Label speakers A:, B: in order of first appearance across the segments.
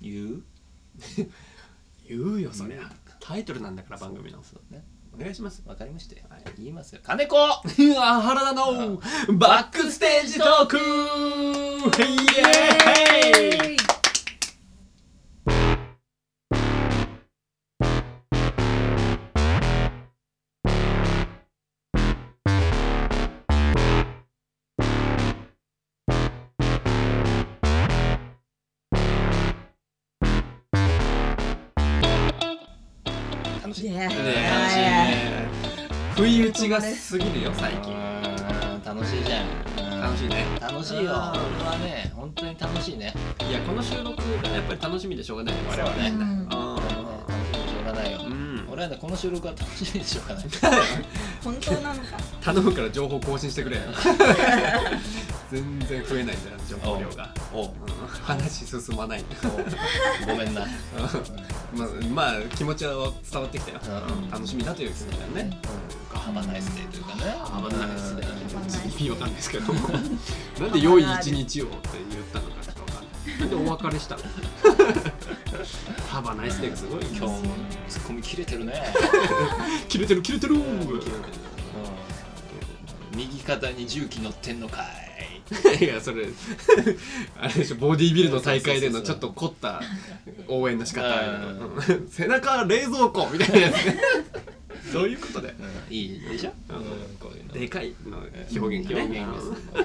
A: 言う
B: 言うよそりゃ
A: 言う
B: タイトルなんだから番組の
A: そうね
B: お願いします
A: わかりましたよ、
B: はい
A: 言いますよ金子
B: あ原田のバックステージトークイエーイね
C: ねえ
A: 楽しい
B: 楽しいね不意打ちが過ぎるよ最近
A: うん楽しいじゃん
B: 楽しいね
A: 楽しいよこれ
B: うん
A: はね本当に楽しいね
B: いやこの収録がやっぱり楽しみでしょうがないね我々はね
C: そうね
A: 楽しみでしょうがないよ
B: うんうん
A: 俺はねこの収録は楽しみでしょうがない
C: 本当なのか
B: 頼むから情報更新してくれ全然増えないんだよ情報量が
A: おう
B: うん話進まない
A: ごめんな
B: まあ、まあ、気持ちは伝わってきたよ、
A: うん
B: 楽しみだという気持ちだよね、
A: ハバナイスデーというかねハ
B: 危ないですね
C: ん
B: 意味わかんないですけどもなんで良い一日をって言ったのかちょっとわかんないなんでお別れしたのハバナイスデーがすごい
A: 今日
B: 今
A: も
B: 日
A: ツッコミ切れてるね
B: 切れてる切れてる
A: うん右肩に重機乗ってんのかい
B: いやそれあれでしょボディービルの大会でのちょっと凝った応援の仕方うん背中冷蔵庫みたいなやつね そういうことで、
A: いいでしょ
B: うん
A: こういうの
B: でかいの表現がね
A: 表現がすごい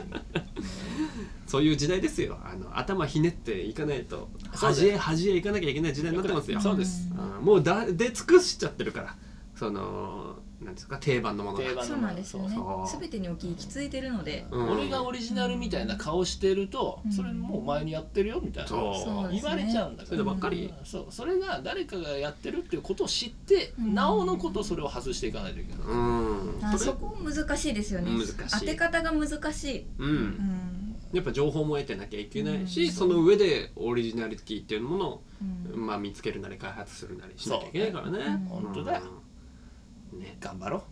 B: そういう時代ですよあの頭ひねっていかないと
A: そう
B: 端
A: だ
B: へ端へ行かなきゃいけない時代になってますよ
A: そうです
B: うんもうだ出尽くしちゃってるからそのなんですか定番のものが
A: 定番
C: そうなんですよね
B: そうそう
C: 全てにおき行き着いてるので
B: うん
A: 俺がオリジナルみたいな顔してると、
C: うん
A: それもう前にやってるよみたいな、
B: そう
C: そうです
A: 言われちゃうんだから
B: そういうのばっかり
A: うんそうそれが誰かがやってるっていうことを知って、
C: うん
A: なおのことそれを外していかないといけない、
B: うん
C: あ
B: それ
C: そこ難しいですよね
B: 難しい
C: 当て方が難しい、
B: うん
C: うん
B: やっぱ情報も得てなきゃいけないし、
C: うん
B: その上でオリジナリティっていうものを、
C: うん
B: まあ、見つけるなり開発するなりしなきゃいけないからね
C: そうね
B: うん
A: 本当だよ
B: ね
A: 頑張ろ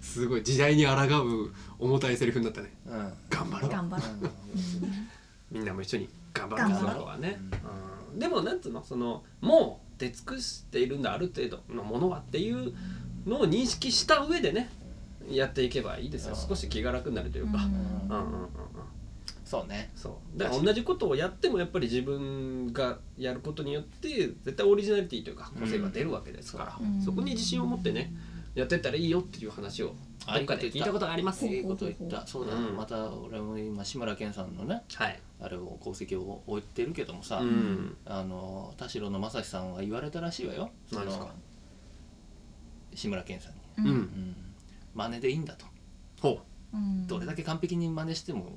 B: すごい時代に抗う重たいセリフになったね
A: う、うんうん
B: 頑張ろう
C: 頑張る、
B: みんなも一緒に頑張ろう
C: 頑張ろう
B: そこはね、うんでもなんつうのそのもう出尽くしているんだある程度のものはっていうのを認識した上でねやっていけばいいですよ
A: そう
B: 少し気が楽になるというか、
C: う
B: うんう
C: ん
B: んうんうん
A: そうね
B: そうだから同じことをやってもやっぱり自分がやることによって絶対オリジナリティというか個性が出るわけですから、
C: うん
B: そこに自信を持ってねやってったらいいよっていう話をどっかで聞いたことがあります
A: いいこと言ったそうだ、
B: うん
A: また俺も今志村けんさんのね
B: はい、
A: あれを功績を追ってるけどもさ、
B: うん、
A: あの田代の正史さんは言われたらしいわよそ
B: 何
A: の
B: ですか
A: 志村けんさんに、
C: う
B: うんん
A: うん、真似でいいんだと
B: ほ
C: うん
A: どれだけ完璧に真似しても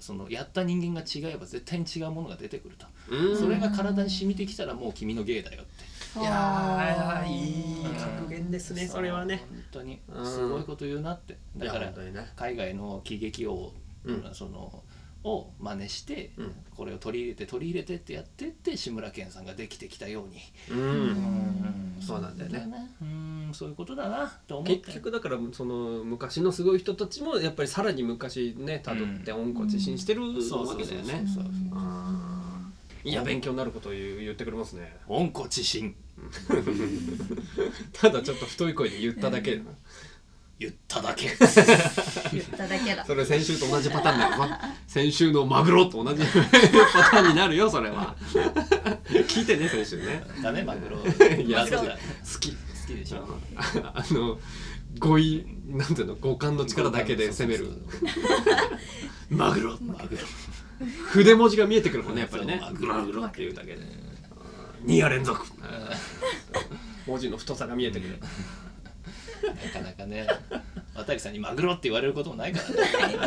A: そのやった人間が違えば絶対に違うものが出てくると、
B: う、うん、
A: それが体に染みてきたらもう君の芸だよって
B: いやー
C: あー
B: いい格言ですねそれはね
A: 本当に
B: うん
A: すごいこと言うなってだか
B: いや
A: ら
B: 本当にね
A: 海外の喜劇王、
B: うん
A: そのを真似して、
B: うん
A: これを取り入れて取り入れてってやってって志村けんさんができてきたように、
B: うん
C: ん
B: そうなんだよね
A: うんそういうことだなと思って
B: 結局だからその昔のすごい人たちもやっぱりさらに昔ねたどって恩子自信してる
A: そう
B: わ
A: そう
B: けだよね
A: そうそう
B: あーいや勉強になることを言う言ってくれますね
A: 温故知新
B: ただちょっと太い声で言っただけだな
A: 言っただけ
C: 言っただけだ
B: それ先週と同じパターンだよ ぞ先週のマグロと同じ パターンになるよそれは聞いてね先週ね
A: だねマグロ
B: いや
A: マグロが好
B: 好き
A: きでしょ
B: あの語彙なんていうの五感の力だけで攻めるマグロ
A: マグロ
B: 筆文字が見えてくるもんねやっぱりね
A: そう
B: マ
A: マ
B: グ
A: グ
B: ロ
A: ロ
B: っていうだけで2夜連続文字の太さが見えてくる
A: なかなかね渡木さんにマグロって言われることもないか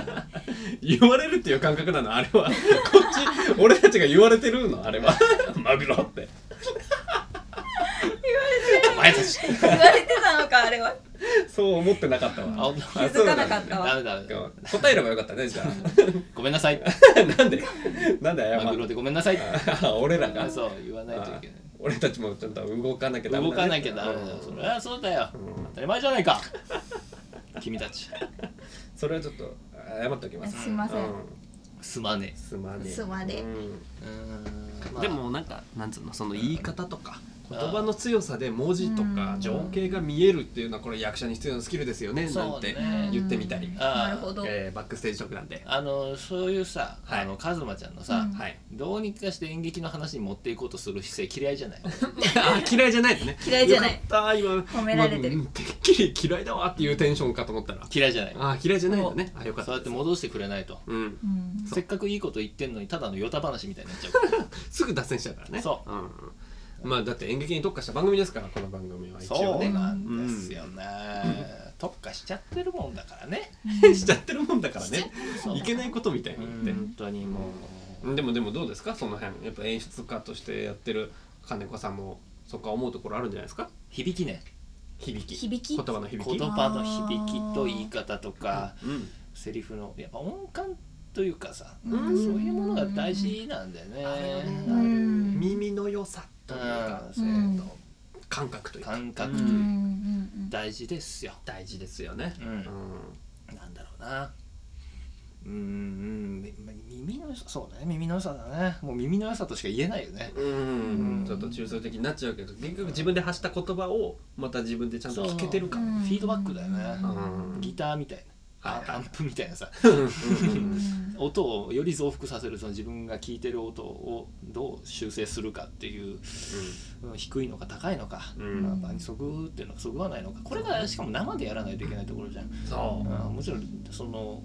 A: らね
B: 言われるっていう感覚なのあれはこっち俺たちが言われてるのあれ はマグロって
A: お前たち
C: 言われてたのかあれは
B: そう思ってなかった
A: あ
B: わ
A: 本当
C: 気づかなかった
A: ダメ
C: わ
A: だ
B: 答えればよかったねじゃ
A: ごめんなさい
B: あなんでなんで謝
A: マグロでごめんなさい
B: るあ 俺らが
A: そう言わないといけない
B: 俺たちもちょっと動かなきゃダメだね
A: 動かなきゃダメだよそれはそうだよ当たり前じゃないか君たち
B: それはちょっと謝っておきます
C: すいません
B: う
A: すまね
B: すまねえ
C: すまねえ
B: うん
A: えうーんまあ
B: でもなんかなんつうのその言い方とか
A: うん
B: 言葉の強さで文字とか
C: うん
B: 情景が見えるっていうのはこれ役者に必要なスキルですよねなんて
A: そうね
B: 言ってみたり、
A: あー
C: なるほど、
B: えーバックステージ特なんで、
A: あのそういうさ、
B: はい
A: あのカズマちゃんのさ、
C: うん
B: はい、
A: どうにかして演劇の話に持っていこうとする姿勢嫌いじゃない
B: あ嫌いじゃないですね
C: 嫌いじゃない
B: よかった今
C: 褒められてる
B: まあうんてっきり嫌いだわっていうテンションかと思ったら
A: 嫌いじゃない
B: あ嫌いじゃないんだねあよかった
A: そうやって戻してくれないと
B: うん
C: うん
A: せっかくいいこと言ってんのにただのヨタ話みたいになっちゃうから
B: すぐ脱線しちゃうからね、
A: そう
B: んうん、まあだって演劇に特化した番組ですからこの番組は一応
A: そう
B: ね
A: なんですよね、特化しちゃってるもんだからね
B: しちゃってるもんだからね
A: そう
B: いけないことみたいに言って
A: 本当にも
B: でもでもどうですかその辺やっぱ演出家としてやってる金子さんもそこは思うところあるんじゃないですか
A: う響きね
B: 響き
C: 響き
B: 言葉の響き
A: 言葉の響きと言い方とか
B: うん
A: セリフのやっぱ音感というかさ、
C: うん
A: そういうものが大事なんだよね。
B: あるよね
C: うん
B: 耳の良さというか
A: うんそうそう
B: 感覚というか
A: 感覚
C: うん
A: と
C: うんう
A: いうん大事ですよ。
B: 大事ですよね
A: う
B: うんん
A: なんだろうな。うーん、み耳の良さ、そうね、耳の良さだね。もう耳の良さとしか言えないよね。
B: うんちょっと抽象的になっちゃうけど結局自分で発した言葉をまた自分でちゃんと聞けてるか
C: そう
A: フィードバックだよ
C: う
A: ね。
B: うん
A: ギターみたいな、
B: はいはい
A: アンプみたいなさ、
B: うんうん
A: 音をより増幅させるその自分が聞いてる音をどう修正するかっていう、うん低いのか高いのか、
B: うん
A: まあ、場にそぐっていうのかそぐわないのか、これがしかも生でやらないといけないところじゃん。
B: そ
A: あーもちろんその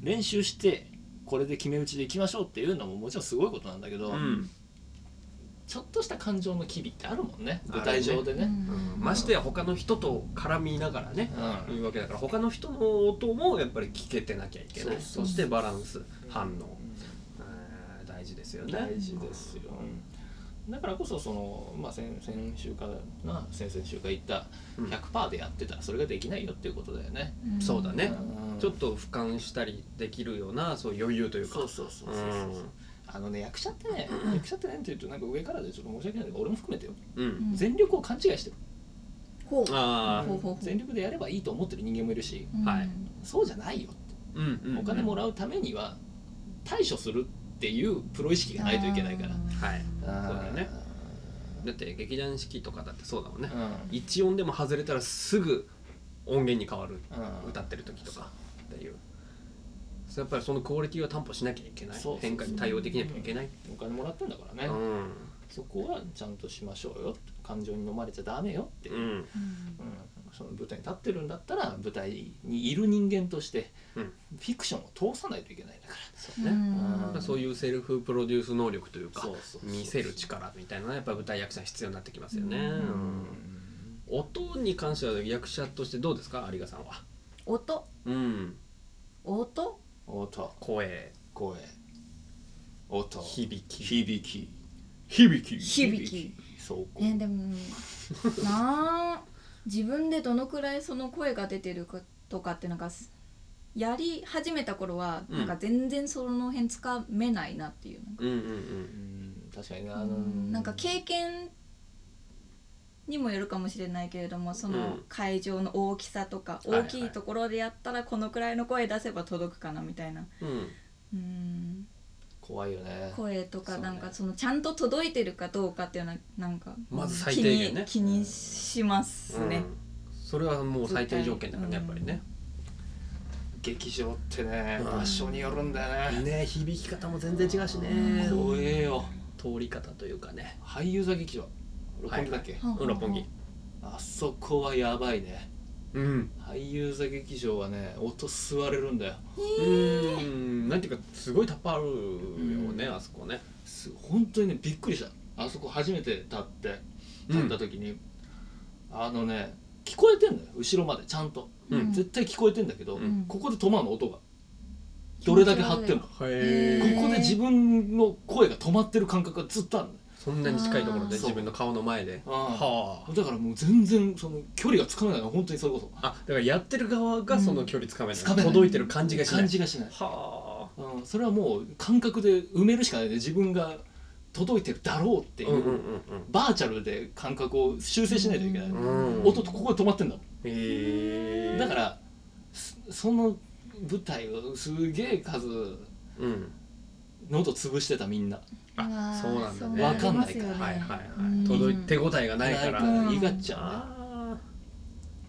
A: 練習してこれで決め打ちでいきましょうっていうのももちろんすごいことなんだけ
B: う
A: ど、
B: うん
A: ちょっとした感情の機微ってあるもんね
B: あるね
A: 舞台上でね。
B: うんましてや他の人と絡みながらね
A: うん
B: いうわけだから他の人の音もやっぱり聞けてなきゃいけない
A: そ
B: そう
A: そ
B: し
A: う
B: てバランス反応うん大事ですよね
A: 大事ですよ、だからこそその、まあ、先先週かな先々週か言った
B: うん
A: 100%でやってたらそれができないよっていうことだよね。
C: ん
B: そうだね
A: うん
B: ちょっと俯瞰したりできるようなそういう余裕というか
A: そうそうそうそうそう
B: うん
A: あのね役者ってね役者ってねって言うとなんか上からでちょっと申し訳ないけど俺も含めてよ
B: うん
C: うん
A: 全力を勘違いしてる、
C: ほう
B: ああ
C: ほうほうほう
A: 全力でやればいいと思ってる人間もいるし
C: うん
B: はい
A: そうじゃないよって。
B: うんうん
A: お金もらうためには対処するっていうプロ意識がないといけないから
B: はい
A: あー
B: そうだよねだって劇団四季とかだってそうだもんね
A: うん
B: 一音でも外れたらすぐ音源に変わる
A: うん
B: 歌ってる時とかっていうやっぱりそのクオリティを担保しなきゃいけない
A: そうそうそう
B: 変化に対応できなきゃいけない
A: お金もらってんだからね、
B: うん
A: そこはちゃんとしましょうよ感情に飲まれちゃダメよって、
B: う
A: うん
B: ん
A: その舞台に立ってるんだったら舞台にいる人間として
B: うん
A: フィクションを通さないといけないんだから
B: そうね
A: うん
B: まあそういうセルフプロデュース能力というか
A: そうそうそう
B: 見せる力みたいなのがやっぱ舞台役者に必要になってきますよね
C: うん
B: うん音に関しては役者としてどうですか有賀さんは
C: 音
B: うん
C: 音
A: 音
B: 声
A: 声音
B: 響き
A: 響き
B: 響き
C: 響き
A: 走行、
C: ねでもなあ自分でどのくらいその声が出てるかとかってなんかすやり始めた頃は
B: うん
C: なんか全然その辺つかめないなっていう、
B: うんうん
A: うん確かにねあ
C: な
A: の
C: んかなんか経験にもよるかもしれないけれどもその
B: うん
C: 会場の大きさとか、
B: はいはい
C: 大きいところでやったらこのくらいの声出せば届くかなみたいな
B: うんうん
C: うん
A: 怖いよね
C: 声と
A: そ
C: か
A: うね
C: なんかそのちゃんと届いてるかどうかっていうのはなんか
B: まず最
C: 気
B: 低限ね
C: に気にしますね。
B: うんそれはもう最低条件だからねやっぱりね、
A: 劇場ってね
B: うん
A: 場所によるんだよね
B: ね響き方も全然違うしね
A: 怖えよ
B: 通り方というかね
A: 俳優座劇場六
B: はい
A: 本木だっけ、
C: うん
B: うん六本木
A: あそこはやばいね
B: うん
A: 俳優座劇場はね音吸われるんだよ
B: うんなんていうかすごいタッパあるよね、
A: う
B: あそこね
A: す本当にねびっくりしたあそこ初めて立って立った時に、あのね聞こえてんだよ後ろまでちゃんと、
B: うん
A: 絶対聞こえてんだけど、
B: うん
A: ここで止まるの音がどれだけ張ってもこ
C: へー
A: こで自分の声が止まってる感覚がずっとあるのよ
B: そんなに近いところ
C: あー
B: で自分の顔の前で
A: うん
B: はあ
A: だからもう全然その距離がつかめないの本当にそれこそ
B: あだからやってる側がその距離つかめない、
A: つかめない
B: 届いてる感じがしない
A: 感じがしない
B: は
A: うん、それはもう感覚で埋めるしかないで自分が届いてるだろうって
B: あ
A: いう、バーチャルで感覚を修正しないといけない、
C: うん
B: うん
A: 音とここで止まってんだもん
B: へえ
A: だからすその舞台をすげえ数
B: うん
A: 喉潰してたみんな
B: あそうなんだね
A: わかんない
C: か
A: か
C: ら
A: ら
B: はいはいはい
C: 届
B: 届
C: い
B: い
C: て
B: 手応えがないから
C: うん
A: いがっちゃうね
B: あ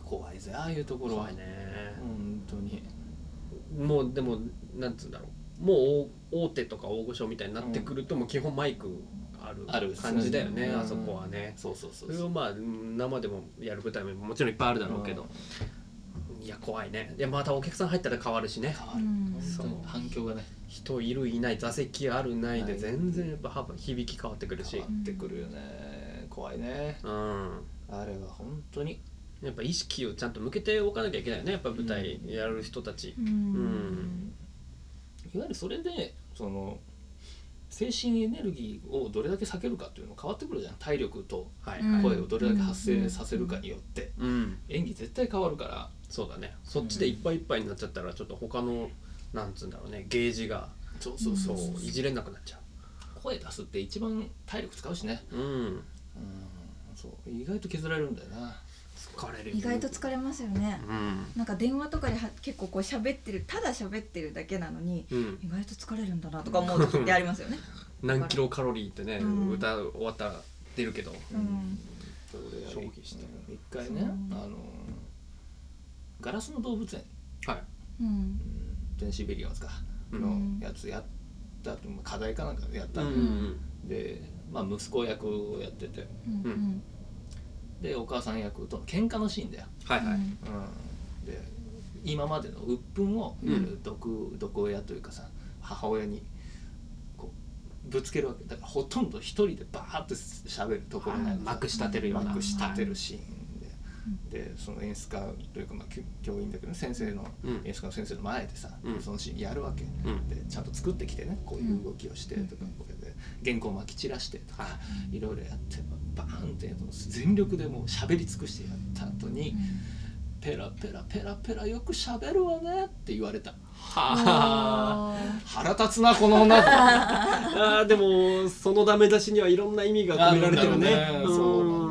A: 怖いぜああいうとこ
B: ー
A: ろは
B: 怖いね
A: 本当に
B: もうでもなんつうんだろうもう大大手とか大御所みたいになってくると、もう基本マイクある
A: ある
B: 感じだよね、
A: うん
B: あそこはね
A: そうそうそ
B: そうれ
A: そ
B: を
A: う
B: まあうん生でもやる舞台ももちろんいっぱいあるだろうけど、いや怖いねいやまたお客さん入ったら変わるしね
A: 変わ
C: う
A: る
C: ん
A: 本当に反響がね
B: 人いるいない座席あるないで
A: はい
B: 全然やっぱ幅響き変わってくる
A: 変
B: し
A: わ、ってくるよね怖いね
B: うん、
A: あれは本当に
B: やっぱ意識をちゃんと向けておかなきゃいけないよねやっぱ舞台やる人たち、
C: うん
A: いわゆるそれでその精神エネルギーをどれだけ避けるかっていうの変わってくるじゃん体力と
B: はい、
C: うん
A: 声をどれだけ発生させるかによって
B: うん、
A: 演技絶対変わるから
B: そうだねそっちでいっぱいいっぱいになっちゃったらちょっと他のなんつうんだろうねゲージが
A: そうそう
B: そ
A: そうう
B: いじれなくなっちゃ
A: 声出すって一番体力使うしね
B: ううん
A: うんそう意外と削られるんだよな
B: 疲れる
C: 意外と疲れますよね
B: うん
C: なんか電話とかでは結構こう喋ってるただ喋ってるだけなのに
B: うん、
C: 意外と疲れるんだなとか思う時ってありますよね
B: 何キロカロリーってね、
C: うん
B: 歌終わったら出るけど、
C: うん
A: それ
B: 消費して
A: うん一回ねあ
C: そう
A: のガラスの動物園
B: はい、
C: うん
A: ペンシルベリアンスか
B: う
A: の
B: ん
A: やつやった後まあ課題かなんかでやっ
B: う
A: た
B: ん
A: の
B: うん
A: で、まあ、息子役をやってて
C: うんう
B: うんん
A: でお母さん役との喧嘩のシーンだよ、
B: はいはい、
A: うん、で今までの鬱憤を
B: うん
A: いわゆる毒毒親というかさ母親にこうぶつけるわけだからほとんど一人でバーッと喋るところが
B: はいまくし立てるような
A: まくし立てるシーンで。でその演出家というか、まあ、きゅ教員だけど先生の、
B: うん
A: 演出家の先生の前でさ、
B: うん
A: そのシーンやるわけ、
B: ん
A: でちゃんと作ってきてねこういう動きをしてとか、
C: うん
A: これで原稿まき散らしてとか、いろいろやってバーンって全力でもう喋り尽くしてやった後に、ペラペラペラペラよく喋るわねって言われた
B: はあ
A: 腹立つなこの女と
B: あーでもそのダメ出しにはいろんな意味が込められてるね
A: あんだろうそうなん
B: ん
A: だよ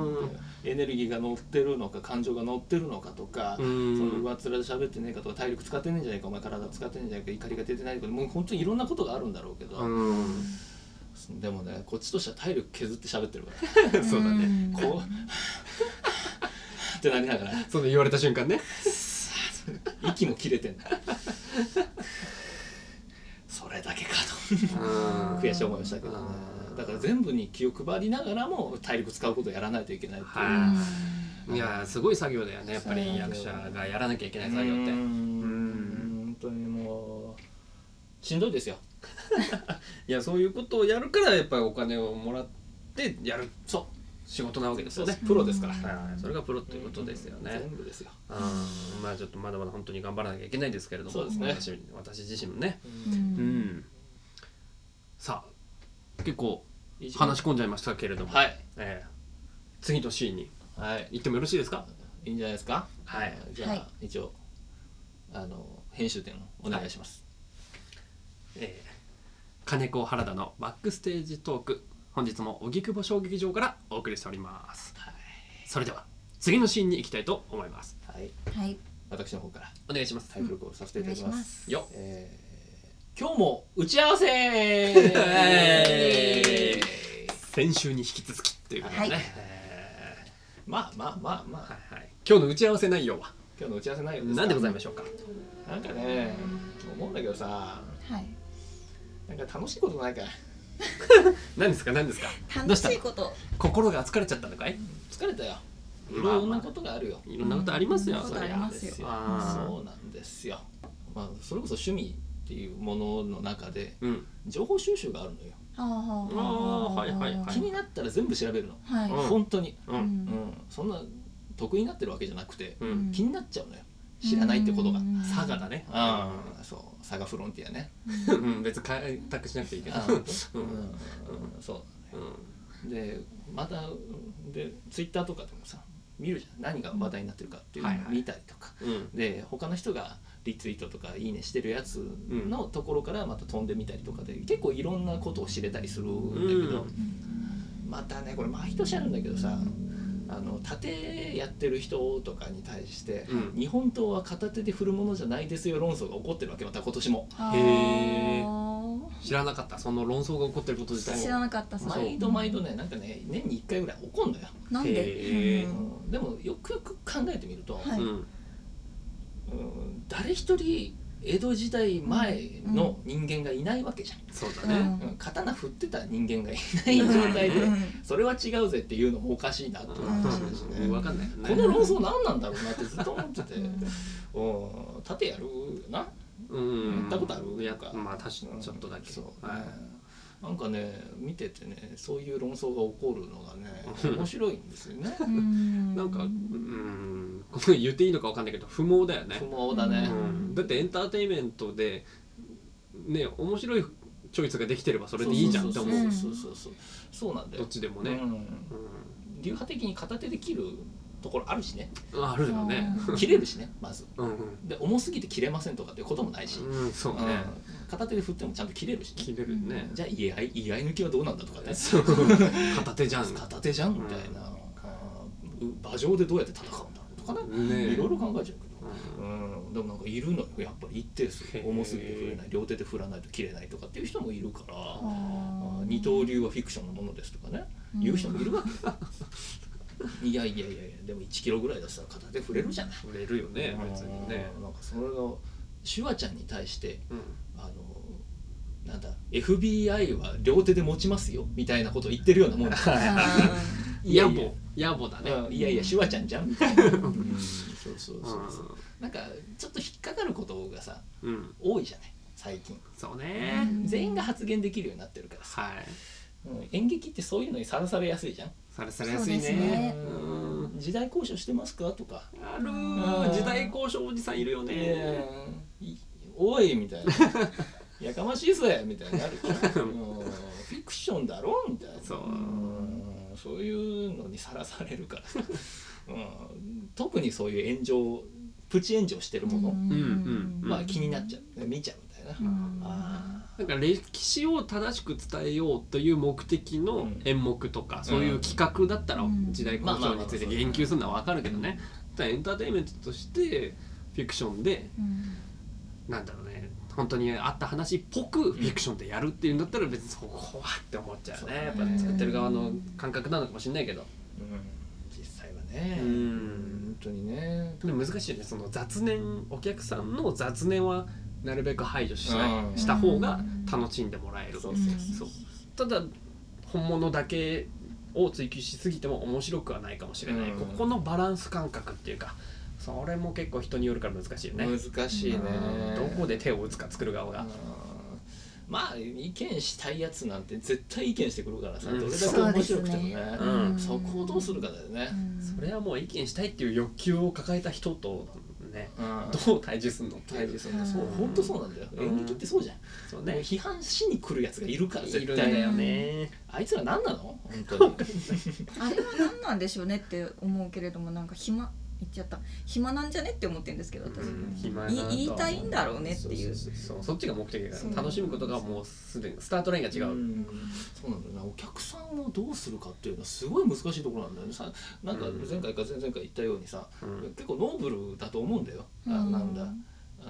A: エネルギーが乗ってるのか感情が乗ってるのかとか、
B: うん
A: その上っ面で喋ってねえかとか体力使ってねえんじゃないかお前体使ってねえんじゃないか怒りが出てないとかもう本当にいろんなことがあるんだろうけど、
B: うん
A: でもねこっちとしては体力削って喋ってるか
B: そうだね
A: らこう ってなりながら
B: その言われた瞬間ね
A: 息も切れてんだそれだけかと悔しい思いをしたけどね
B: あー
A: だから全部に気を配りながらも体力使うことをやらないといけないっていう
B: はうんいやーすごい作業だよねやっぱり役者がやらなきゃいけない作業って
A: うー
B: い
A: ん本当にもうしんどいですよ
B: やそういうことをやるからやっぱりお金をもらってやる
A: そ
B: 仕事なわけです
A: そ
B: よ
A: うです
B: ね
A: プロですから
B: はいそれがプロということですよね
A: 全部ですよ
B: うんまあちょっとまだまだ本当に頑張らなきゃいけないですけれども
A: そうですね
B: 私私自身もね
C: うん
B: うんさあ結構
A: 以上
B: 話し込んじゃいましたけれども
A: はい
B: ええ次のシーンに
A: はい
B: 行ってもよろしいですか
A: いいんじゃないですか
B: はい
A: じゃあ、
C: はい
A: 一応あの編集点をお願いします、
B: えー金子原田のバックステージトーク本日も荻窪小劇場からお送りしております
A: はい
B: それでは次のシーンに行きたいと思います
A: はい、
C: はい
A: 私の方から
B: お願いします
A: タイトルコールさせていただき
C: お願
A: ま
C: いしますす
B: よ
A: えー今日も打ち合わせ
B: え先週に引き続きということでね、
C: はい
B: え
A: まあまあまあま
B: ーはい
A: あ
B: はい、今日の打ち合わせ内容は
A: 今日の打ち合わせ内容です
B: 何でございま
A: し
B: しょうか
A: ょうなんかね思うんだけどさ
C: はい
A: なんか楽しいことないか
B: 何ですか何ですかど
C: 楽
B: うし
C: したいこと
B: 心が疲れちゃったのかい
A: 疲れたよい
B: まあまあ
A: ろんなことがあるよ
B: いろんなことありますよ、
C: うん
B: そ
C: い
B: り
C: ろんな
B: ゃ
C: ことありま
A: で
C: すよ
A: すよ
B: あー
A: そうなんですよまあそれこそ趣味っていうものの中で
B: うん
A: 情報収集があるのよ
C: あ
B: あー
C: あ
B: はいはいはい
A: 気になったら全部調べるの
C: はい
B: うん
A: 本当に
B: う
C: うん
A: うんんそんな得意になってるわけじゃなくて
B: う
C: うんん
A: 気になっちゃうのよ知らないってことが
C: うん
B: 佐賀だね
A: ああそう佐賀フロンティアね
B: うん別に開拓しなくていいけど
A: あ
B: う
A: うんんそう
B: う
A: でまたでツイッターとかでもさ見るじゃん何が話題になってるかっていうのを
B: はいはい
A: 見たりとか、
B: んうん
A: で他の人がリツイートとかいいねしてるやつのところからまた飛んでみたりとかで結構いろんなことを知れたりするんだけど、
B: うん
A: またねこれ毎年あるんだけどさあの盾やってる人とかに対して、
B: うん
A: 日本刀は片手で振るものじゃないですよ論争が起こってるわけまた今年も。
C: あー
B: へー知らなかったその論争が起こってること自体
C: 知らなかったそれ
A: 毎度毎度ねなんかね年に1回ぐらい怒んのよ、
C: なん
B: へ
C: で、
B: ー
C: うん
A: うんでもよくよく考えてみると、
C: はい
B: うん
A: うん誰一人江戸時代前の人間がいないわけじゃん、
B: そうだね、
C: うん
A: うん刀振ってた人間がいない状態で
C: うん
A: それは違うぜっていうのもおかしいなと思ってたしね、
B: うん、分かんないよね
A: この論争何なんだろうなってずっと思ってて、
C: うん
A: うん、盾やるな
B: うん
A: やったことある
B: や
A: か
B: まあ確かにちょっとだけ、
A: そう、
B: はい
A: なんかね見ててねそういう論争が起こるのがね
B: うん
A: 面白いんですよ ね
C: うん
B: なんかうんこの言っていいのか分かんないけど不毛だよね
A: 不毛だね、
B: うんだってエンターテインメントでね面白いチョイスができてればそれでいいじゃんって思う
C: う
A: そうそうそうそうそうなんだ
B: どっ
A: よ
B: ちでも
A: う
B: ね、
A: ん流派的に片手で切るところあるしね
B: うん、あるよね
A: 切れるしねまず
B: うんうん
A: で重すぎて切れませんとかってこともないし、
B: うんそうね、
A: うん片手で振ってもちゃんと切れるしね、
B: 切れるよね、
A: じゃあ居合居合抜きはどうなんだとかね
B: そう片手じゃん
A: 片手じゃんみたいな、うん馬上でどうやって戦うんだろうとかね
B: ねえ
A: いろいろ考えちゃうけど、
B: う
A: うん、でもなんかいるのよやっぱり一定数
B: へえ
A: 重すぎて振れない両手で振らないと切れないとかっていう人もいるから
C: あ
A: あ
C: ー
A: 二刀流はフィクションのものですとかね言う人もいるわけ いやいやいやいやでも1キロぐらいだったら片手振れるじゃない
B: ん売れるよね別にね
A: うんなんかそれのシュワちゃんに対して
B: うん
A: あのなんだ FBI は両手で持ちますよみたいなことを言ってるようなもんだ
C: あー
B: 野暮野暮だね
A: うんいやいや、シュワちゃんじゃんみたいな。そうそう
B: う
A: そうそう。なんか、ちょっと引っかかることがさ、
B: んうん
A: 多いじゃない、最近。
B: そうね
C: うん
A: 全員が発言できるようになってるからさ、
B: はい
A: うん演劇ってそういうのにさらされやすいじゃん。
B: されされやすい
C: そうですね
B: ね
A: う
B: うん
A: 時代交渉してますかとか。
B: あるー
A: うん
B: 時代交渉おじさんいるよね
A: うんいおいみたい な。やかましいぜみたいになるから。うんフィクションだろみたいな。
B: そう
A: うんそういうのにさらされるからさ、うん、特にそういう炎上プチ炎上してるもの、
B: んうん
A: まあ気になっちゃう見ちゃうみたい
C: う
A: な、
C: ん
A: あ
B: なんか歴史を正しく伝えようという目的の演目とか、そういう企画だったら
C: うん
B: 時代交渉について言及するのは分かるけどね、ただエンターテインメントとしてフィクションで
C: うん
B: なんだろうね本当にあった話っぽくフィクションでやるっていうんだったら別にそこはって思っちゃう
A: そう
B: ねやっぱ作ってる側の感覚なのかもしれないけど
A: ーうん実際はね、
B: うん
A: 本当にね
B: でも難しいよねその雑念お客さんの雑念はなるべく排除しない、
A: うん
B: した方が楽しんでもらえる、
A: そう
C: そう
B: そうただ本物だけを追求しすぎても面白くはないかもしれない、
A: うん
B: ここのバランス感覚っていうかそれも結構人によるから難しいよね
A: 難しいね、
B: うんどこで手を打つか作る側
A: うん
B: が、
A: まあ意見したいやつなんて絶対意見してくるからさ、
B: うん
A: どれだけ面白くてもね
C: そう
B: ねうん
A: そこをどうするかだよね、
B: それはもう意見したいっていう欲求を抱えた人とね
A: うん
B: どう対峙するのっていう
A: 大事そうね
C: うん
A: そう本当そうなんだよ、
B: うん
A: 演劇ってそうじゃん、
B: そう
A: もう
B: ね
A: 批判しに来るやつがいるから
B: い
A: 絶
B: るん
A: 対
B: だよね
A: あいつら何なの本当に
C: あれは何なんでしょうねって思うけれどもなんか暇言っちゃった暇なんじゃねって思ってるんですけど私、
B: うん暇だ
C: い
B: とは思う
C: 言いたいんだろうねっていう
A: そそ
B: そうそっちが目的だ
C: そ
B: か
C: う
B: ら楽しむことがもうすでにスタートライン が違う、
A: んそうなんだよなお客さんをどうするかっていうのはすごい難しいところなんだよねさなんか
B: うん
A: 前回か前々回言ったようにさ、
B: うん
A: 結構ノーブルだと思うんだよ、あ
C: うん
A: なんだあ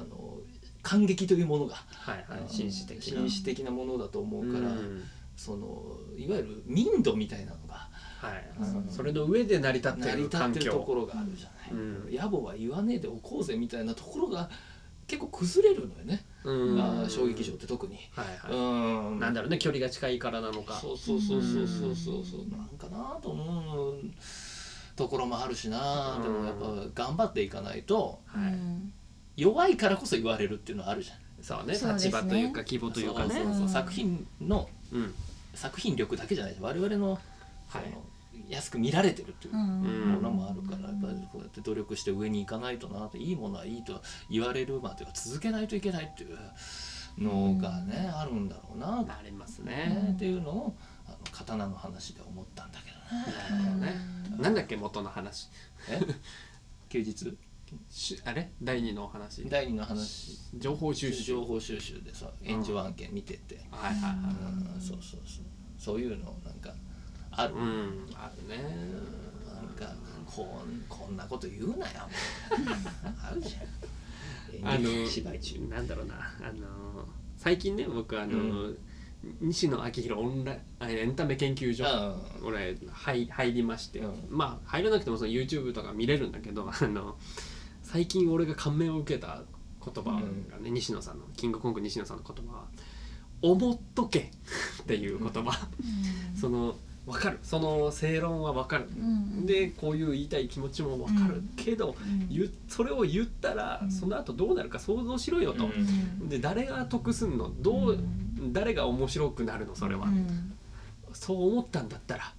A: の感激というものが
B: はいはい
A: うん
B: 紳士的な
A: 紳士的なものだと思うから、
B: うん
A: そのいわゆる民度みたいなのが
B: はい、
A: うん
B: それの上で成り立って
A: 成り
B: る
A: 立っ
B: 環
A: てると
B: 境
A: ころがあるじゃない、
B: うん
A: 野暮は言わねえでおこうぜみたいなところが結構崩れるのよね、
B: うん
A: あー衝撃場って特に。
B: はいは
A: うん
B: いなんだろうね距離が近いからなのか
A: そうそうそうそうそうそうそうなんかなと思うところもあるしなでもやっぱ頑張っていかないと
B: はい
C: うん
A: 弱いからこそ言われるっていうのはあるじゃん
B: そうね
C: そうで
B: 立
C: す
B: 場
C: ね
B: というか規模というかね
A: そううそうそう作品の
B: ん
A: 作品力だけじゃない我々の,、
B: はい
A: の安く見られてるっていううんものもあるからやっぱりこうやって努力して上に行かないとなっていいものはいいと言われるまでは続けないといけないっていうのがねあるんだろうな
B: なります
A: ね
B: ね
A: っていうのをあの刀の話で思ったんだけどね。
B: なるほどねなんだっけ元の話
A: え休日
B: しあれ第二のお話
A: 第二の話
B: 情報収集
A: 情報収集でさ炎上案件見てて、
B: はいはいは
A: うんそうそうそうそういうのなんかある、
B: いうんあるね
A: なんかこんこんなこと言うなよあるじゃん
B: あ
A: 演
B: の
A: 劇芝居中
B: なんだろうなあの最近ね僕あの、
A: うん
B: 西野昭弘オンラインあエンタメ研究所
A: う
B: 俺入入りまして、
A: うん
B: まあ入らなくてもその YouTube とか見れるんだけど あの最近俺が感銘を受けた言葉がね、西野さんのキングコング西野さんの言葉は「思っとけ」っていう言葉、その分かるその正論は分かる、
C: うん
B: でこういう言いたい気持ちも分かるけど、
C: うん
B: 言うそれを言ったら、
C: うん
B: その後どうなるか想像しろよと。
A: ん
B: で誰が得すんのどう、
C: うん
B: 誰が面白くなるのそれは、
C: うん
B: そう思ったんだったら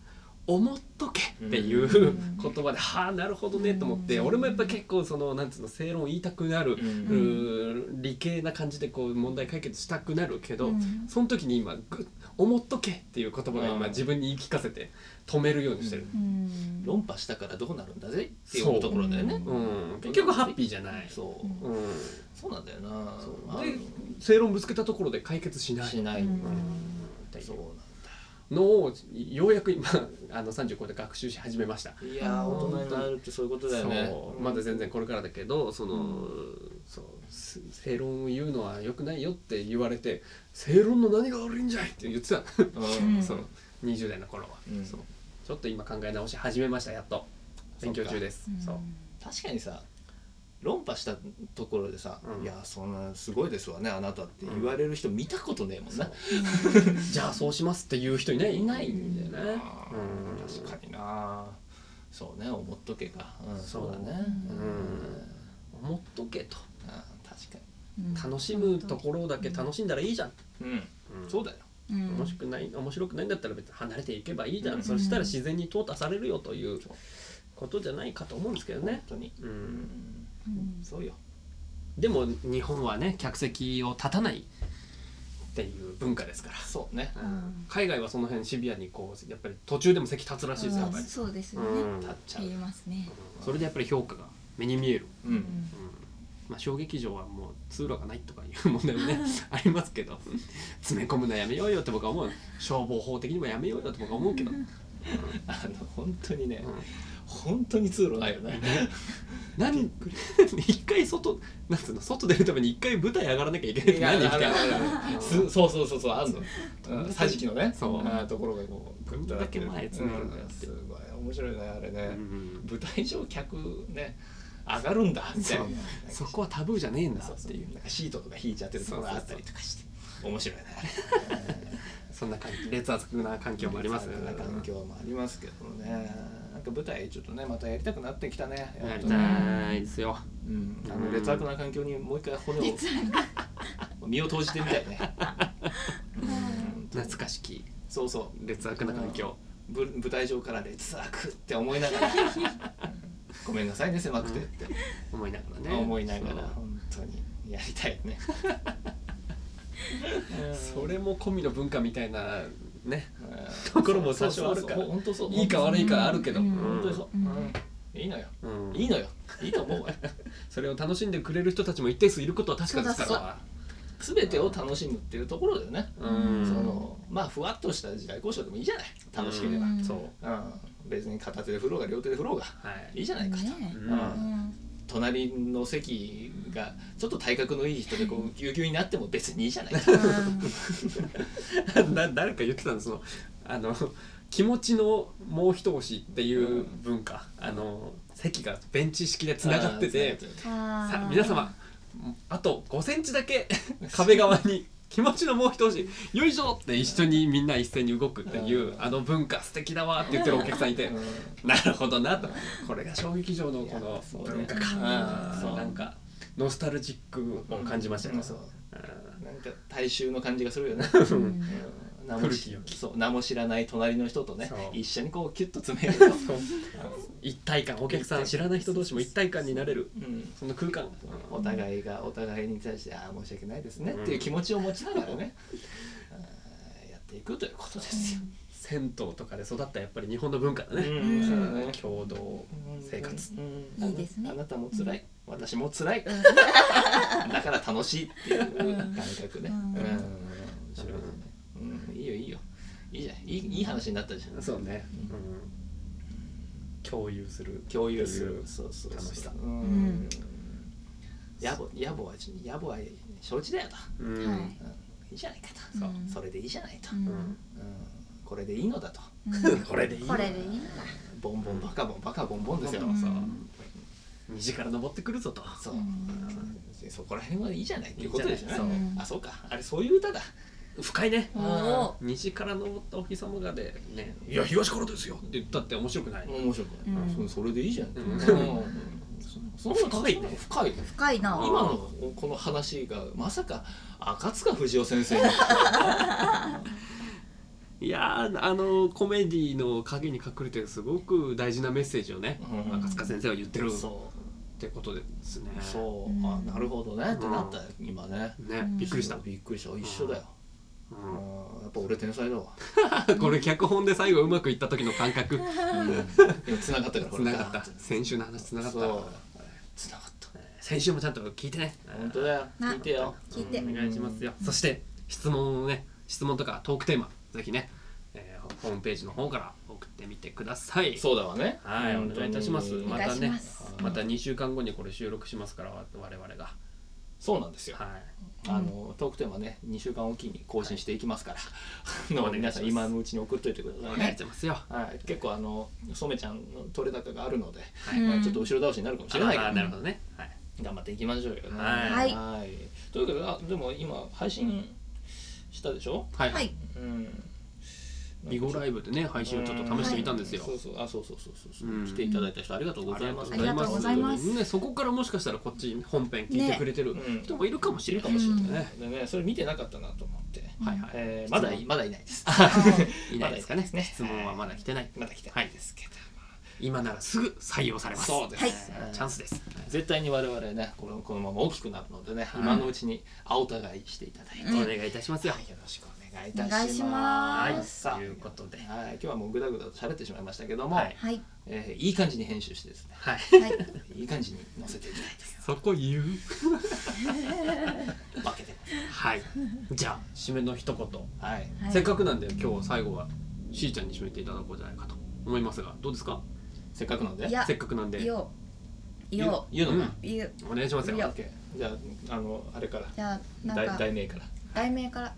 B: 思っとけっていう、
C: ん
B: 言葉ではあなるほどねと思って、
C: うん
B: 俺もやっぱ結構そのなんつうの正論言いたくなる、
A: うん
B: うー理系な感じでこう問題解決したくなるけど、
C: うん
B: その時に今グッ「思っとけ」っていう言葉が
A: うん
B: 今自分に言い聞かせて止めるようにしてる、
C: うん
A: 論破したからどうなるんだぜっていうところだよね
C: そ
B: うん結局ハッピーじゃない、
A: そううん
B: うん
A: そうなんだよな
B: そう
A: あ
B: で正論ぶつけたところで解決しな
A: の
B: い
A: しない
C: うん
B: っていう
A: そうなんだ
B: のをようやく今あの30超えて学習し始めました。
A: いやー大人になるってそういうことだよね
B: そうまだ全然これからだけどその、そうす正論を言うのは良くないよって言われて正論の何が悪いんじゃいって言ってた、
A: うん
B: その20代の頃は、
A: うん
B: そうちょっと今考え直し始めましたやっと勉強中ですそう
A: 確かにさ論破したところでさ
B: う
A: 「
B: ん
A: いやーそんなすごいですわねあなた」って言われる人見たことねえもんな
B: じゃあそうしますって言う人いないいないんだよね
A: あ
B: うん
A: ー確かになそうね思っとけかうん
B: そう
A: そうだね
B: う
A: うん
B: ん思っとけと
A: あー確か
C: うん
B: 楽しむところだけ楽しんだらいいじゃん、
A: にうん
B: うん
A: そうだよ
C: うん
B: 面白くない面白くないんだったら別に離れていけばいいじゃん、
A: うん
B: そしたら自然に淘汰されるよという
A: そう
B: ことじゃないかと思うんですけどね
A: 本、当に
B: う、
A: うんん
C: うん
A: そうよ
B: でも日本はね客席を立たないっていう文化ですか
A: そうね
B: ら、
C: うん
B: 海外はその辺シビアにこうやっぱり途中でも席立つらしいですよやっぱ
C: あ
B: り、
C: そうですよ
B: う
C: ね
B: ん
A: 立っちゃう
C: 言いますね
B: それでやっぱり評価が目に見える、
A: う
C: うん
B: うんまあ、小劇場はもう通路がないとかいう問題もねありますけど詰め込むのやめようよって僕は思う消防法的にもやめようよって僕は思うけど、
A: あの本当にね
B: うん
A: 本当に通路ないよね
B: 何 一回外なんつうの外出るために一回舞台上がらなきゃいけないって何みたいな
A: すそうそうそうそうあんのうん桟敷のね
B: そう
A: あーところがこうグッとなってる
B: どんだけ前詰めるんだよ
A: う
B: っ
A: ん
B: て
A: すごい面白いねあれ
B: う
A: ね
B: ん
A: 舞台上客ね上がるんだみたい
B: そ
A: な
B: う そこはタブーじゃねえんだ
A: そう
B: っ
A: そ
B: て
A: う
B: いう
A: なんかシートとか引いちゃってるところがあったりとかして面白いね
B: そんな感じ劣悪な環境もあります
A: そんな環境もありますけどねなんか舞台ちょっとねまたやりたくなってきたね
B: やり
A: っとね
B: たいですよ
A: うんあの劣悪な環境にもう一回骨を
C: 実は
A: 身を投じてみたいね
B: 懐かしき
A: そうそう
B: 劣悪な環境
A: ぶ舞台上から劣悪って思い ながらごめんなさいね狭くてって、
B: 思いながらね
A: 思いながら
B: そう
A: 本当にやりたい ね
B: それも込みの文化みたいなね
A: うん
B: ところも多少あるから
A: そうそうそう本当そう
B: いいか悪いかあるけど
C: うん
A: 本当にそう、
C: うん
A: うんいいのよ
B: うん
A: いいのよいいと思うわ
B: それを楽しんでくれる人たちも一定数いることは確かですから
A: 全てを楽しむっていうところだよね、
C: うだうん
A: そのまあふわっとした時代交渉でもいいじゃない楽しければ、
C: う
A: うんん
B: そう
A: 別に片手で振ろうが両手で振ろうが
B: はい
A: いいじゃないかと、
C: ね
B: う
A: うんん隣の席がちょっと体格のいい人でこうぎゅうぎゅうになっても別にいいじゃな いか
B: な誰か言ってたんですそのあの気持ちのもう一押しっていう文化、あの席がベンチ式でつながっててさあ皆様あと5センチだ け壁側に気持ちのもう一押しよいしょって一緒にみんな一斉に動くっていう
A: うん
B: あの文化素敵だわって言ってるお客さんいて
A: うん
B: なるほどなとこれが衝撃場のこの文化
A: いや
B: かそ
A: そうねうん
B: う
A: そう
B: なんかノスタルジックを感じましたね、
A: うんそうなんか大衆の感じがするよね、
B: うん
C: うん
A: うん名も
B: 古き
A: 知
B: 良き
A: そう名も知らない隣の人とね
B: そう
A: 一緒にこうキュッと詰めると、
B: そう一体感お客さん知らない人同士も一体感になれる
A: うん
B: その空間
A: お互いがお互いに対して「ああ申し訳ないですね」
B: うん
A: っていう気持ちを持ちながらね、あーやっていくということですよ。
B: 銭湯とかで育ったやっぱり日本の文化だね、
A: うん
B: そ
A: そうね
B: 共同生活、
A: うん
C: いいですね
A: あなたも辛い私も辛いだから楽しいっていう感覚ね。
C: う
A: うんん面白いねうんいいよいいよいいじゃんいいいい話になったじゃん。
B: そうね、
A: う
B: うん、共有する
A: 共有す
B: 共
A: る
B: 有
A: そうそうそう
B: 楽しさ
A: うん
C: うん
A: 野暮野暮は野暮は承知だよと。
B: うん
C: はい
A: うんいいじゃないかと、
B: そう
A: それでいいじゃないと、
C: う
A: うん
C: ん
A: これでいいのだと、
C: うん
A: これでいいの
C: こ
A: だ
C: れでいいんだ
A: ボンボンバカボンバカボンボンですよ、
B: そうそううん虹から登ってくるぞと
A: そう、
C: うん
A: そこら辺はいいじゃないっていうことですよ
B: い
A: ね
B: いじゃ
C: ないそう
A: あそうかあれそういう歌だ
B: 深いね
C: お
A: あ
C: お
B: 虹から登ったお日様がでねいや東からですよって言ったって面白くない
A: 面白くない、
C: うん
A: そそれでいいじゃん、
B: うん
A: うんそそんな
B: 深いね
A: 深い
C: 深いな
A: 今のこの話がまさか赤塚不二夫先生に
B: いやーあのコメディの陰に隠れてるすごく大事なメッセージをね、
A: うん
B: 赤塚先生は言ってるっ
A: そ
B: てことですね
A: うそう、
C: うん
A: あなるほどねってなったよ今ね
B: ね、
C: うん
B: びっくりした、
A: びっくりした一緒だよ、う、
B: うん
A: やっぱ俺天才だわ
B: これ脚本で最後うまくいった時の感覚
A: うんつながったからこ
B: つ
A: れ
B: ながった
A: ガー
B: 先週の話つながった
A: そうつながった
B: 先週もちゃんと聞いてね
A: 本当だよ
C: な
A: 聞いてよ
C: 聞いて
B: お願いしますよ、そして質問をね質問とかトークテーマぜひね、えーホームページの方から送ってみてください
A: そうだわね
B: はいお願いいたします
A: 本当
B: ま
A: に
B: た
C: お願いし
B: ね
C: ます
B: また2週間後にこれ収録しますからわ我々が
A: そうなんですよ
B: は
A: あのトークテーマね2週間おきに更新していきますから、あの
B: お願いしま
A: 皆
B: す
A: さん今のうちに送っといてく
B: い
A: ださ
B: お
A: い
B: 願い
A: ね
B: し、ますよ
A: はい、結構あの染ちゃんの取れ高があるので、
B: はい
C: うん
A: ちょっと後ろ倒しになるかもしれないけ
B: あ
A: ど、
B: ーなるほどねはい
A: 頑張っていきましょうよ
B: はい
A: はいということであでも今配信したでしょ
B: はい、
C: はい
A: うん
B: ビゴライブでね配信をちょっと試してみたんですよ、
A: うそうそうあそうそうそうそうそう、
B: うん
A: 来ていただいた人ありがとうございます
C: ありがとうございます
B: ね、そこからもしかしたらこっち本編聞いてくれてる
A: ね
B: 人もいるかもしれない
A: いるかも
B: しれないね
A: でねそれ見てなかったなと思って、
B: はいはい、
A: えーまだ
B: 質問
A: いまだいないです
B: いないですかね
A: まだいないですね
B: 質問はまだ来てない
A: まだ来てな
B: はいい
A: ですけど、
B: 今ならすぐ採用されます
A: そうです、
C: はい
B: はいチャンスです
A: 絶対に我々ねこのこのまま大きくなるのでね、
B: はい
A: 今のうちに青互いしていただいて、
B: お願いいたしますよ、
A: よろしくお願いいたします
C: お願いします
A: はいさあ
B: ということで
A: はい、今日はもうぐだぐだと喋ってしまいましたけども、
B: はいい
C: はい
A: えーいい感じに編集してですね
B: はい
C: はい
A: いい感じに載せていきたい
B: そこ言う
A: というわけで、
B: はいじゃあ締めの一言、
A: はい、
C: はい
B: せっかくなんで今日最後はしーちゃんに締めていただこうじゃないかと思いますがどうですか
A: せっかくなんで
C: いや
B: せっかくなんで
C: 言おう言おう
A: 言うのか、
C: 言う
B: お願いしますよ
C: いいよ
A: OK じゃああのあれから
C: じゃあなん
A: 題
C: か
A: 題名から
C: 題名から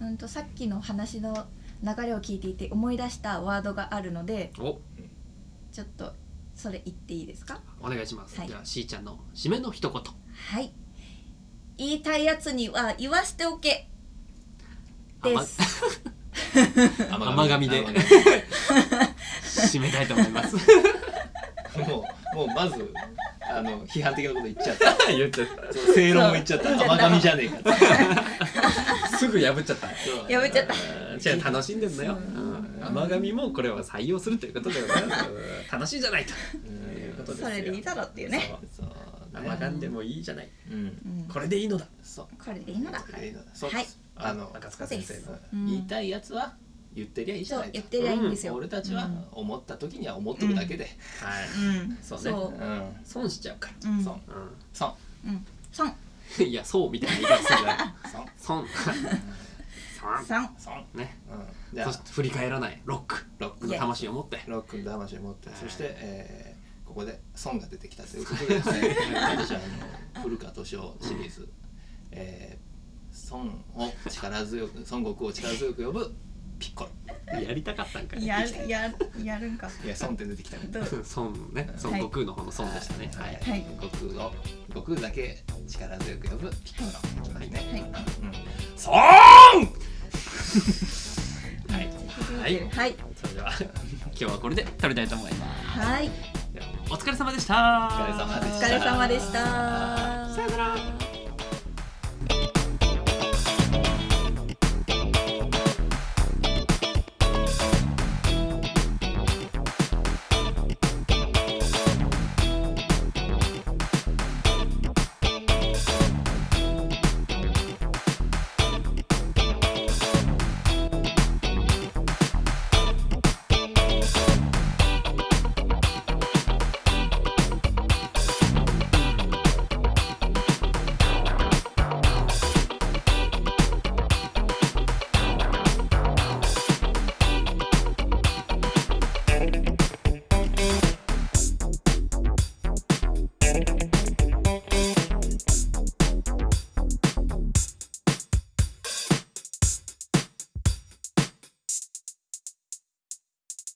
C: うんとさっきの話の流れを聞いていて思い出したワードがあるので
B: お
C: ちょっとそれ言っていいですか
B: お願いします、
C: はい
B: じゃあしーちゃんの締めの一言
C: はい言いたいやつには言わしておけで
B: 甘
C: す
B: 甘噛みで
A: 甘噛
B: 締めたいと思います
A: みもうもうまずあの批判的なこと言っちゃった
B: 言っちゃっ
A: そう正論も言っちゃった
C: そう
A: 甘噛みじゃねえかって
B: たすぐ破っちゃった
A: そう
C: やめちゃった
B: 違う楽しんでんのよ、うん甘噛みもこれは採用するということでございます楽しいじゃないということですよ
C: それでいいだろうっていうね
A: そう
B: 甘噛んでもいいじゃない
A: うん
C: うん
B: これでいいのだ
A: そう
C: これでいいのだ
A: いいのだそう
C: はい
A: ですあの
B: 赤塚先生
C: そ
B: の
C: うん
A: 言いたいやつは言ってりゃいいじゃ
C: そ
A: な
C: う
A: い
C: 言ってりゃいいんですよ
A: 俺たちは思った時には思っとくだけで
B: はい
C: うん
B: そうね
A: う
C: そ
A: ん
B: 損しちゃうか
C: ううん
A: そう
B: ら、
A: そう
C: うんさん
B: うん、いやそうみたいな言い方する な
A: そう
B: 損損
C: さん
A: そう
B: ね
A: うんじゃ
B: そ
A: あ
B: して振り返らないロック
A: ロック
B: の
A: の
B: 魂を持って
A: ロックの魂を持って、
B: はい
A: そして、えーここで損が出てきたということでですね私はあの古川敏夫シリーズ、えー、孫を力強く孫悟空を力強く呼ぶピッコロ
B: やりたかったんかい
C: やるやるやるんか
A: いや孫って出てきたね
C: どう
B: 損ね孫悟空の方の損でしたねはい、
C: はい
A: 悟空を悟空だけ力強く呼ぶピッコロはいね、
C: はい
A: 損は
B: はい
C: はい
B: それでは今日はこれで撮りたいと思います
C: はい
B: お疲れ様でした
A: お疲れ様で
C: お
A: し
C: 疲れ様でした
B: さよなら